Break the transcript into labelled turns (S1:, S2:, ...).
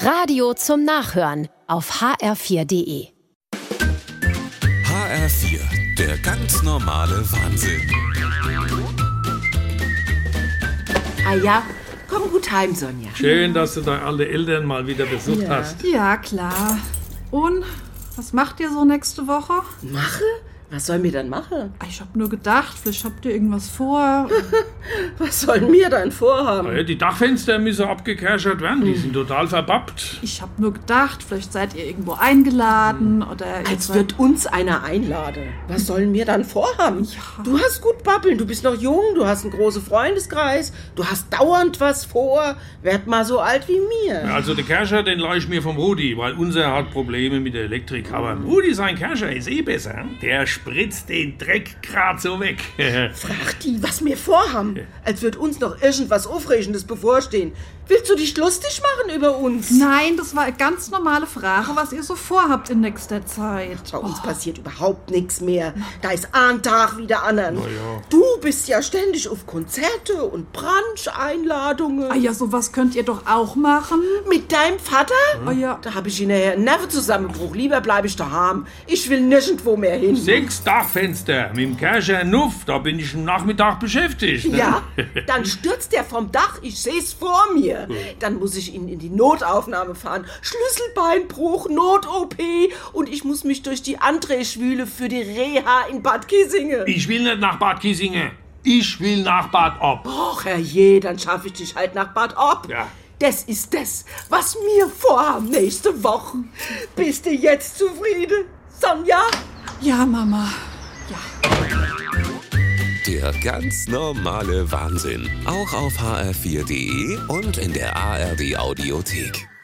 S1: Radio zum Nachhören auf hr4.de.
S2: HR4, der ganz normale Wahnsinn.
S3: Ah ja, komm gut heim, Sonja.
S4: Schön, dass du da alle Eltern mal wieder besucht hast.
S5: Ja, klar. Und was macht ihr so nächste Woche?
S3: Mache? Was sollen wir dann machen?
S5: Ich hab nur gedacht, vielleicht habt ihr irgendwas vor.
S3: Was sollen wir dann vorhaben?
S4: Ja, die Dachfenster müssen abgekerschert werden, die sind total verbappt.
S5: Ich hab nur gedacht, vielleicht seid ihr irgendwo eingeladen oder. ihr
S3: Als
S5: seid-
S3: wird uns einer einladen. Was sollen wir dann vorhaben? Du hast gut babbeln, du bist noch jung, du hast einen großen Freundeskreis, du hast dauernd was vor. Werd mal so alt wie mir.
S4: Also der Kerscher, den leih ich mir vom Rudi, weil unser hat Probleme mit der Elektrik. Aber Rudi, sein Kerscher, ist eh besser. Der spritzt den Dreck grad so weg.
S3: Ach die, was wir vorhaben. Als wird uns noch irgendwas Aufregendes bevorstehen. Willst du dich lustig machen über uns?
S5: Nein, das war eine ganz normale Frage, was ihr so vorhabt in nächster Zeit.
S3: Bei uns passiert überhaupt nichts mehr. Da ist ein Tag wieder anderen.
S4: ja.
S3: Du bist ja ständig auf Konzerte und Brunch-Einladungen.
S5: Ah ja, sowas könnt ihr doch auch machen.
S3: Mit deinem Vater?
S5: Ah ja.
S3: Da habe ich hinterher einen Nervenzusammenbruch. Lieber bleibe ich daheim. Ich will nirgendwo mehr hin.
S4: Sechs Dachfenster mit dem Kerscher Nuff, da bin ich am Nachmittag beschäftigt. Ne?
S3: Ja, dann stürzt der vom Dach. Ich sehe es vor mir. Dann muss ich ihn in die Notaufnahme fahren. Schlüsselbeinbruch, Not-OP. Und ich muss mich durch die André-Schwüle für die Reha in Bad Kissingen.
S4: Ich will nicht nach Bad Kissingen. Ich will nach Bad Ob.
S3: Och, herrje, dann schaffe ich dich halt nach Bad Orb.
S4: Ja.
S3: Das ist das, was wir vorhaben nächste Woche. Bist du jetzt zufrieden, Sonja?
S5: Ja, Mama.
S2: Der ganz normale Wahnsinn. Auch auf hr4.de und in der ARD-Audiothek.